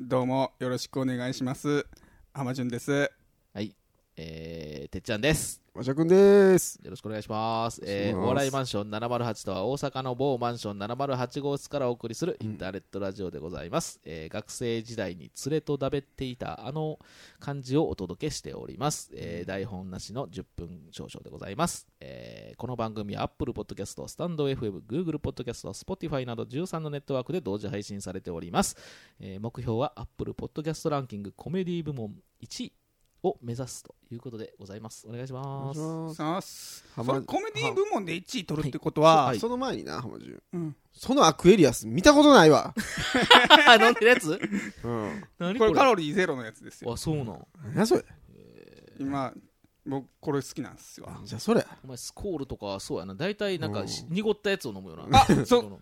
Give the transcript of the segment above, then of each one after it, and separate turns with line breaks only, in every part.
どうもよろしくお願いします浜潤です
はい。えー、てっちゃんです。
和田くんです。
よろしくお願いします。え
し
ー、
ます
お笑いマンション708とは大阪の某マンション708号室からお送りするインターネットラジオでございます。えー学生時代に連れとだべっていたあの感じをお届けしております。えー台本なしの10分少々でございます。えーこの番組は Apple Podcast、StandFM、Google Podcast、Spotify など13のネットワークで同時配信されております。えー目標は Apple Podcast ランキングコメディ部門1位を目指すということでございます。お願いします。
さあすそれ
浜
コメディ部門で1位取るってことは、
はい
その前にな、浜中。
うん
そのアクエリアス見たことないわ。
あ飲んでるやつ
うん。
何
こ
こ
れ
れ
カロリーゼロのやつですよ
あそうなん
何やそれ。
今僕これ好きなんですよ
じゃあそれ。
お前スコールとかそうやな大体なんかし濁ったやつを飲むよな
あそう
の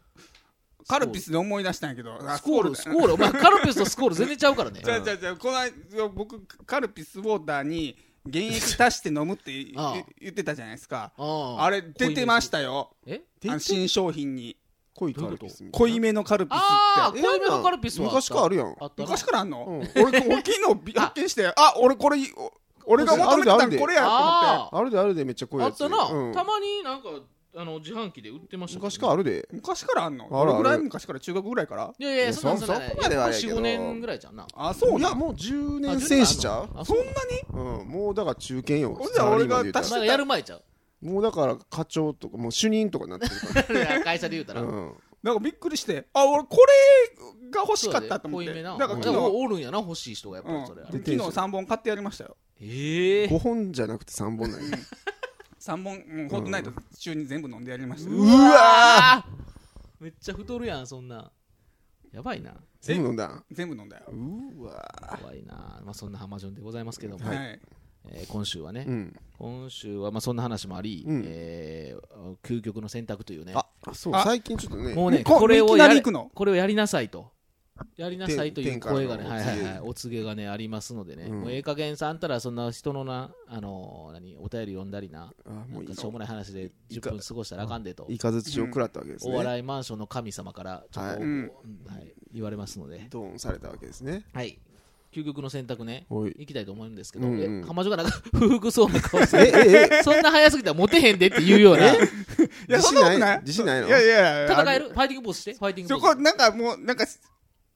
カルピスで思い出したんやけどあ
スコール
だ
スコールお前カルピスとスコール全然ちゃうからね
じゃあじゃあじゃあこの間僕カルピスウォーターに原液足して飲むってい
ああ
い言ってたじゃないですか
あ
あれ出てましたよ
え
出て
あの新商品に
濃い
どうい
カ
う
ル
こと
ピスみたいな。
濃いめのカルピスっ
あ
て
ー濃いめのカルピスはあった
昔からあるやん。
あったな
昔からあんの、
うん
俺 俺昨日び発見してあ俺これお俺が求めて
あ
た
る
ん
で
これやと思っ
あ
あるであるでめっちゃ濃い
ああ
や
っ
つ。
たな
うん
たまになんかあの自販機で売ってました
昔からあるで。
て昔からあんの
あるあ
俺
る
ぐらい昔から中学ぐらいから
いやいやそんなん
そ
そんなん
そこまではあれやけど
45年ぐらいじゃんな
あそう
い
な
や、
ん
もう10年戦士ちゃう
あ
そん
う
な
な
に
の
うん。もうだから中堅よ
ほんじゃ。俺が
サラリーマンで言うたら
出し
お前がやる前ちゃう
もうだから課長とか、もう主任とかになってるか
会社で言うた
ら。
ら
うん。
なんかびっくりしてあ俺これが欲しかったと思って
そうやで濃いめな
だから
うん
昨日、
で
う
もおるんやな欲しい人がやっぱり
ん、
それあ
昨
る
で
日3本買ってやりましたよ
ええ
5本じゃなくて3本なんや。
3本、うん、フォートナイト中に全部飲んでやりましたよ、
うわ
めっちゃ太るやんそんなやばいな
全部飲んだん
全部飲んだよ
うわ
怖いなまあそんな浜順でございますけども、
はい、
えー今週はね、
うん。
今週はまあそんな話もあり、
うん
えー究極の選択というね
あ、あそう、
あ
最近ちょっとね。
もうね
こ
これを
いきな
や
り
れ
行くの
これをやりなさいとやりなさいという
天から
声
の
がね、
お
はい
告
は
げ
いはい、お告げがねありますのでね、
うん
もうええ加減さんあんたらそんな人のなあのー何お便り読んだりな
あも
な
うんい
かしょうもない話で10分過ごしたらあかんでと
いかずちを食らったわけです
お
ね。
笑いマンションの神様からちょっと、
はい
うん
うんはい言われますので、
ドーンされたわけですね。
はい、究極の選択ね、
おい。
行きたいと思うんですけど、
うんうん
え浜女がなんか 不服そうな顔して
え、え、 え、
そんな早すぎたらモテへんでって言うような、
いや
自
そん
信
なこと
な
ない
い自信ないの
いやいやいや
戦えるファイティングポーズして、ファイティン
そ
グポ
こ
ーズ。
なんかもうなんか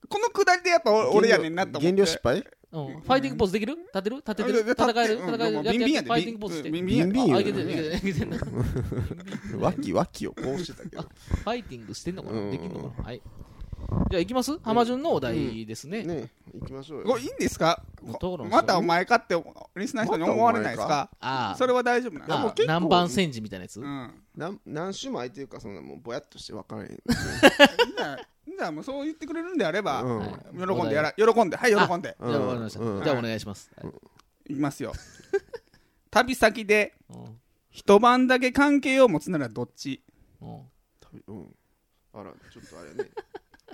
このくだりでやっぱ俺俺やねんなと思って
減量失 敗
うん、ファイティングポーズできる立てる立ててる
立って
戦える
うん
戦える
もう
やって
ビンビンやで
ファイティングポーズして。
ビンビン
ビ
やで
ンビン
あ、
よ
いけてるいけて
ね。
るいけてるフ
わきわきをこうしてたけど。
ァイティングしてんのか
う
なんできんのかなはい。じゃあ行きます浜順のお題ですね。
ね行きましょう
こ
よ
れい。いんですか
討論する
またお前かってリスナーの人に思われないですか,、
ああ、
それは大丈夫な
あ
の
あ
結構
南蛮戦時みたいなやつ
うん
なん何週も空いてるか、そんなもうぼやっとして分からへん。
じゃあじゃあもうそう言ってくれるんであれば、
うん
はい
喜んでやら喜んではい喜んで
じゃあわかりました。
うん
じゃあお願いします。はい
いきますよ 旅先で
うん
一晩だけ関係を持つならどっち
うん
旅うん。あら、ちょっとあれね。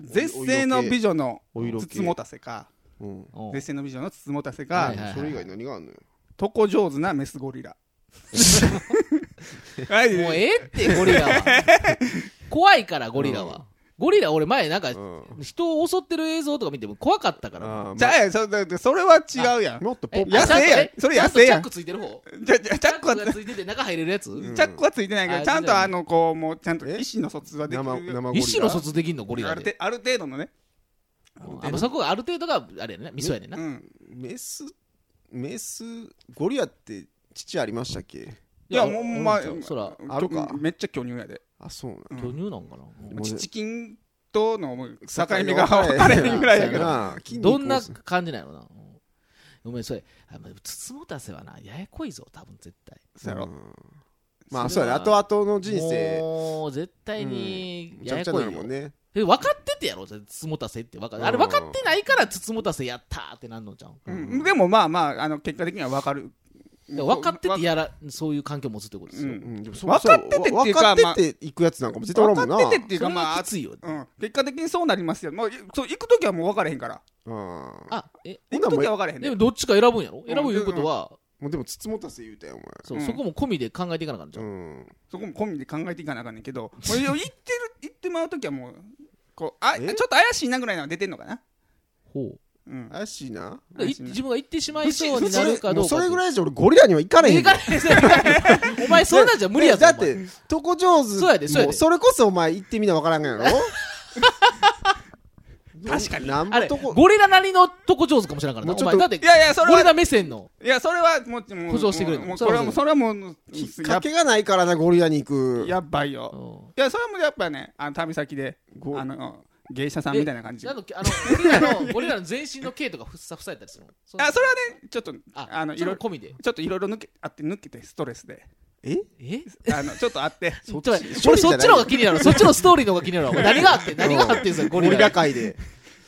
絶世の美女の
お色気
つもたせか
うん。
うん
絶世の美女のつもたせ
は
か
いはい
それ以外何があんのよ。
床上手なメスゴリラはい
もうええって、ゴリラは。 怖いから、ゴリラは。ゴリラ、俺前、なんか
う、ん。
人を襲ってる映像とか見ても怖かったから。
あー
じゃあ
ま
やそだってそれは違うやん
もっとポ
え
ップ
野
あちゃんと
生やん
え
それ野生やん
ちゃんとチャックついてる方
じゃじゃチ
チ
ャ
ャ
ッ
ッ
クは
クがついてて中入れるやつ
ん
チャックはついてないけど
あ
ちゃん
ついて
と
ない
あのこうもうちゃんと意思の疎通はでき
生
る
生ゴリラ
意思の疎通できんの、ゴリ
あ
ラ
るて
で。
ある程度のね
あまあそこがある程度が、あれやねんな、ミソやねんな
う。ん
メスメスゴリラって父ありましたっけ
いやもうまあ
そら、
あるか
めっちゃ巨乳やで
あそうなん
巨乳なんかな。うん
もう
父金とのもう境
境
目が分かれへんぐらいやけど
な筋肉
どんな
も
感じなんやろな。うんごめん、それ、あまあつつもたせはな、ややこいぞ、多分絶対。
そうやろ
んまあ
そ
そ
れ
う
は
やね後々の人生
もう、絶対に、
むちゃ
やや
くちゃ
こ
ないる
よ
もん。ね
え分かっててやろつつもたせって分か
うん
あれ分かってないからつつもたせやったーってなんのじゃん
うんでもまあまああの結果的には分かる
だから分かっててやらそういう環境を持つってことです
う
よ、
うんでもそ
分かっててっていうか
分かってていくやつなんかも絶対おらんもんな
分かっててっていう
そ
か
れは
まあ
きついよ、
うん、結果的にそうなりますよ、まあ、いそう行くときはもう分からへんから
うんも
あえ
行くときは分からへん
で
ね
もどっちか選ぶんやろ選ぶいうことは、
うでもつつもたせ言うたよ
そう
うん
そこも込みで考えていかなあかん
お
じゃ
前
ん、
うん
そこも込みで考えていかなあかんねんけどもう行ってる行ってまうときはもうこうあち
え
ょっと怪しいなぐらいのは出てんのかな
ほ
う
う
ん
怪しい
だ
な
からい
しない
自分が行ってしまいそうになるかどうか
それもうそれぐ
い
らいじゃ俺ゴリラには行かれへん
行かない行かないお前それなんじゃ無理やぞ
だっ
お前
て床上手
そうやでそうやで
もそれこそお前行ってみなわからんがやろ
確かに
なんぼ
あれ
とこ
ゴリラなりのとこ上手かもしれんからな
もうち
お
ょっ
前
と
だって
いやいやそれ
ゴリラ
は
目線の
いやそれはもうもう
保証してくれるの
もうこれはもうそれはもう
きっかけがないからなゴリラに行く
やっばいうよ
ん
いやそれはもうやっぱねあの旅先で
ご
あの芸者さんみたいな感じ
なんかあのゴリラのゴリラの全身の毛とかふっさふさやったりするのその
あそれはねちょっと
あ
あの
それ
色
も
々
込みで
ちょっといろいろ抜けあって抜けてストレス で
え
え
あのちょっとあって
ちょっと待って
そっ
俺
ち
そっちの方が気になるそっちのストーリーの方が気になるお前何があって何があってんすかゴ
ゴ
リ
リ
ラ
ラ界で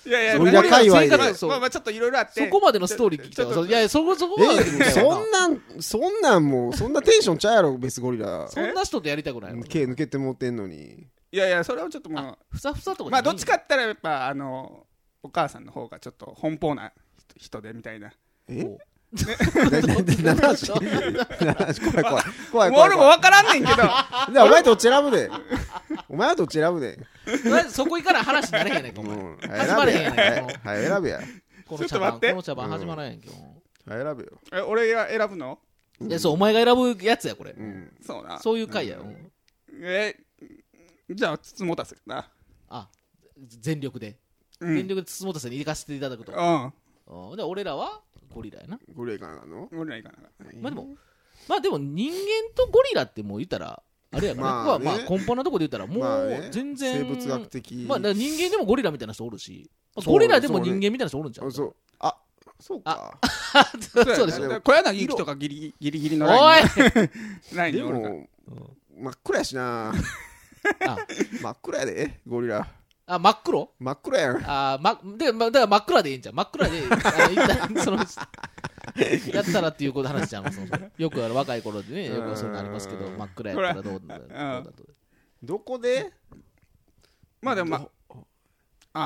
いやいや
ゴリラ界隈で
まあまあ
そう
まあまあちょっといろいろあって
そこまでのストーリー聞きたいわ
ちょ
そ
っ
の
と
いやいやそこそこまで聞きた
え
いわ
そんなんそんなんもうそんなテンションちゃうやろ別ゴリラ
そんな人とやりたくないわ
毛抜けてもってんのに
いやいやそれはちょっとも
ふさふさと
う
か
まあどっちかって言ったらやっぱあのお母さんの方がちょっと奔放な人人でみたいな
え
こ
な ななな話な話怖い怖い怖い
もう
怖い
俺も
怖い
分からんねんけ ど
でお前どっち選ぶでお前はどっち選ぶで
そこ行から話になれへんやないかお
う
前
ん
始まれへんや
選
ん
べやはいはい選べや
ちょ
この
っ
茶
と待
番
っ
こ
て
の茶番始まらへんやんけど
はい選べよ
え俺が選ぶの
いやそうお前が選ぶやつやこれ
うん
そうな
そういう回やよ
えじゃあつもたせるな
あ全力で
うん
全力で筒本さんに入れかせていただくと
う
うんで俺らはゴリラやな
ゴリラいかなあかんの
ん俺らいかな
まあでもまあでも人間とゴリラってもう言ったらあれやからね
まあね
まあまあ根本なとこで言ったらも
まあ
う
ね
全然
生物学的
まあだから人間でもゴリラみたいな人おるし
そう
ゴリラでも人間みたいな人おるんちゃう
あそうあそうか
あそうそうでし
そ
ょ
う
ね
だよ小柳ゆきとかギリギリギリの
お
ラ
い
インライン
で
におるから
も真っ暗やしな
あ
真っ暗やでゴリラ
あ真っ黒
真っ暗やん
あー、ま、で、ま、だから真っ暗でいいんじゃん。真っ暗で、あの、一旦、その、やったらっていうこと話じゃん。そのよくある若い頃でね、よくそんなありますけど、
うん
真っ暗やったらどうだどうだと。
どこで
まあでもまあ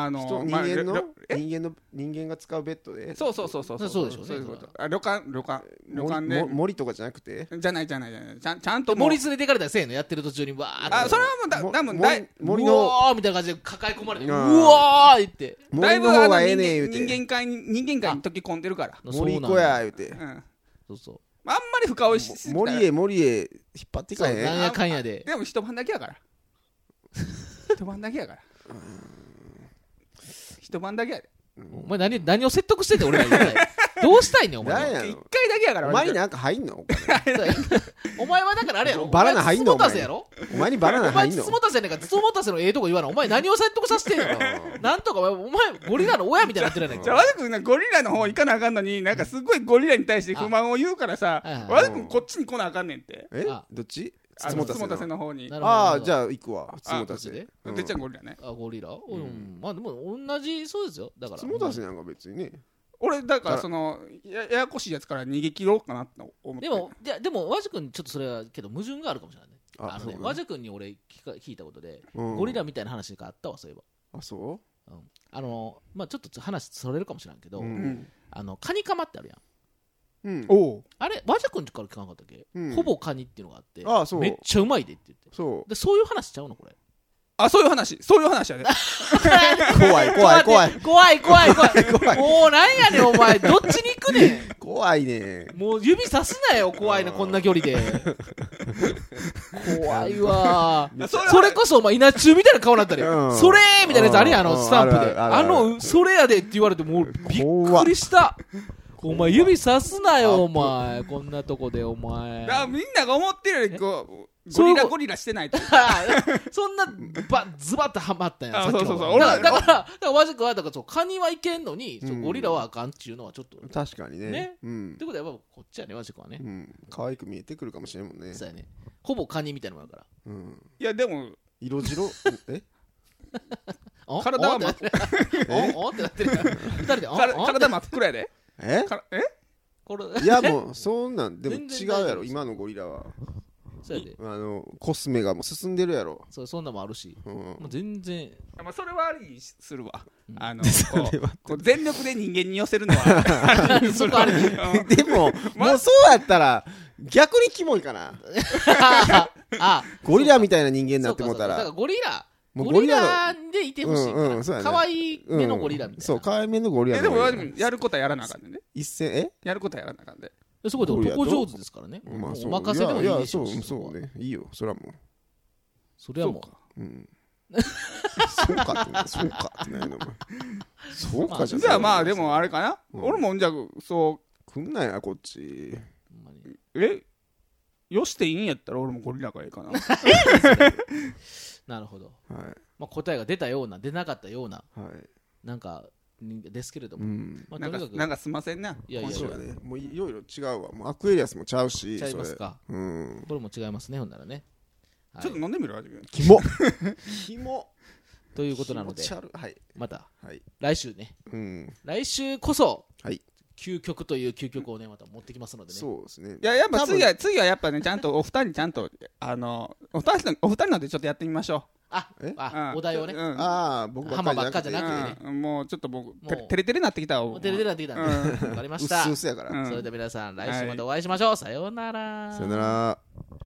あ
人
の
人
まあ
間の
ろ
人間の人間が使うベッドで
そうそうそうそう
そうでしょうね
そういうことあ旅館旅館旅
森
館で
も森とかじゃなくて
じゃないじゃないじゃないちゃんちゃんともう
森連れていかれたらせえの、やってる途中に、わーって
あそれはもうだ
も
多分だい
森森
う
の
わーみたいな感じで抱え込まれて、う
うん
わーって。
だい
森
ぶあ
の方
の
がええ
人
ね
間
ん言うて
人間界に人間界に溶け込んでるから
森子や
そうなんだ
言うて
うんあん
そうそ
まり深追いしすぎたら
森へ森へ引っ張っ
う。
ていか
そう
へ
なんんやかんやで。
でも一晩だけやから 一晩だけやから一晩だけやで
お前何、何を説得してて、俺らに。どうしたいねん、お
なん
前。
一回
やの
だけやから
お前になんか入んのお金
お前はだからあれやろ。
バナナ入んの
お前筒本さやろ
お前にバナナ
お前、
入んの
筒本さんやねんから、筒本さんのええとこ言わない。お前、何を説得させてん のなんとか、お前、ゴリラの親みたいになってるやない
じゃあ
か。
和田君なゴリラの方行かなあかんのになんかすごいゴリラに対して不満を言うからさ
あはいはい
和田君こっちに来なあかんねんって
え
あ
どっち
あ
筒
の
本
つもたせ
の
の方に
なるほど
ああじゃあ行くわ筒本
あどっ
せ
ち
うん
てっちゃんゴリラね
あ、ゴリラうん。まあ、でも、同じ、そうですよ。だから。
筒本せなんか別にね
俺だからそのやややこしいやつから逃げ切ろうかなと思って
でも、いや、でも、和く君、ちょっとそれは、けど、矛盾があるかもしれないね。
あ
あのね
そう、ね
和く君に俺、聞か聞いたことで、
うん
ゴリラみたいな話があったわ、そういえ
あそ
ば。うんあの、まあ、ちょっと話それるかもしれんけ
う
ど
う、
うんん
あの、カニカマってあるやん。
うん
おお
あれ、和く君から聞かなかったっけ
うん
ほぼカニっていうのがあって
あそう、
めっちゃうまいでって言って。
そ
で、そういう話ちゃうの、これ。
あそういう話そういう話やで
う怖い 怖い怖い
怖い怖い怖い
怖い
もうなんやねんお前どっちに行くね
怖い ね
んもう指さすなよ怖いなこんな距離で怖いわ
それ
それこそお前稲中みたいな顔になったり
うん
それみたいなやつあれやあ
う
の
ん
スタンプ
あ
で
るあるあ
あ
る
のそれやでって言われてもうびっ
怖
く
っ
りしたお前指さすなよお前こんなとこでお前
だからみんなが思ってるよりこう
そ
ゴ
ういう
リラ
こと
ゴリラしてないと
そんなばズバッとはまったんや
あ
さっきの
そうそうそう
だから
俺
だからだから和くはだからそうカニはいけんのにそう
うん
ゴリラはあかんっていうのはちょっと
え確かにね
ね
うん
ってことはやっぱこっちやね、和食はね
う。ん可愛く見えてくるかもしれんもんね
そうやね。ほぼカニみたいなもんやから。
うん
いやでも
色 白え
お
体は
おってなってる。おおってなっ てるやん。二人で、おお
か
おって
体真っ暗やで
え
からえ
これ、
いやもうそんなんでも
全
違
然
う
大丈夫
やろ今のゴリラは
そうやで。
あのコスメがもう進んでるやろ
そう、そんなんもあるし。
うん
もう全然。
まあそれはありにするわ
うん
あのこうこう全力で人間に寄せるのは
そこあれ
うん
で も、もうそうやったら、逆にキモいかな。
ああ、
ゴリラみたいな人間にな
そ
っ
う
て
か
も
そう
た
か。だから
ら、
ゴリラ、
もう
ゴ
ゴ
リ
リ
ラ
ラ
ででいてほしいか
うんうんそう
ら
やね
可愛い目のゴリラみたい
そう
な
可愛い目のゴリ ラ
えで
の
も
方がいいな
やることはやらなあかんねんね
一線え
やることはやらなあかんで
ですごいでも男上手ですからね
まあそう
お任せでもいいでしょう
や
し
やそうそうねいいよそれはも
それはもう
ううん そうかってねそうかってないのお前そうかじゃ
じゃあまあで
も
もあれかな、
うん
俺もじゃあそ
くんないなこっち
ほんまに
うえよしていいんやったら俺もゴリラがいいかな
なるほど、
は
まあ、答えが出たような出なかったようない
はい
なんかにですけれど
う
も、
ん
まあ、
なん
と
か
にかく
なんかすんませんない
やいやいや
そうだねもういろいろ違うわもうアクエリアスもちゃうし
ちゃいますか
それうん
これも違いますねほんならね、はい、
ちょっと飲んでみろ初め
キモキモ
ということなので
気持ち悪いはい
また
はい
来週ね
うん
来週こそ、
はい
究極という究極をねまた持ってきますのでね
そうですね
いややっぱ
多分
次は次はやっぱねちゃんとお二人ちゃんとあのお二人のお二人のでちょっとやってみましょ
あ
え
う、う
あ
ん
お題をね
うん
ああ僕ばっかりじゃ
浜
なくて
ばっかじゃなくてね
うんもうちょっと僕
もう
てテレテレなってきたわ
出る出るなってきたんでわかりま
うっ
した
すうっすやから
うん
それでは皆さん来週またお会いしましょう、さようなら
さよなら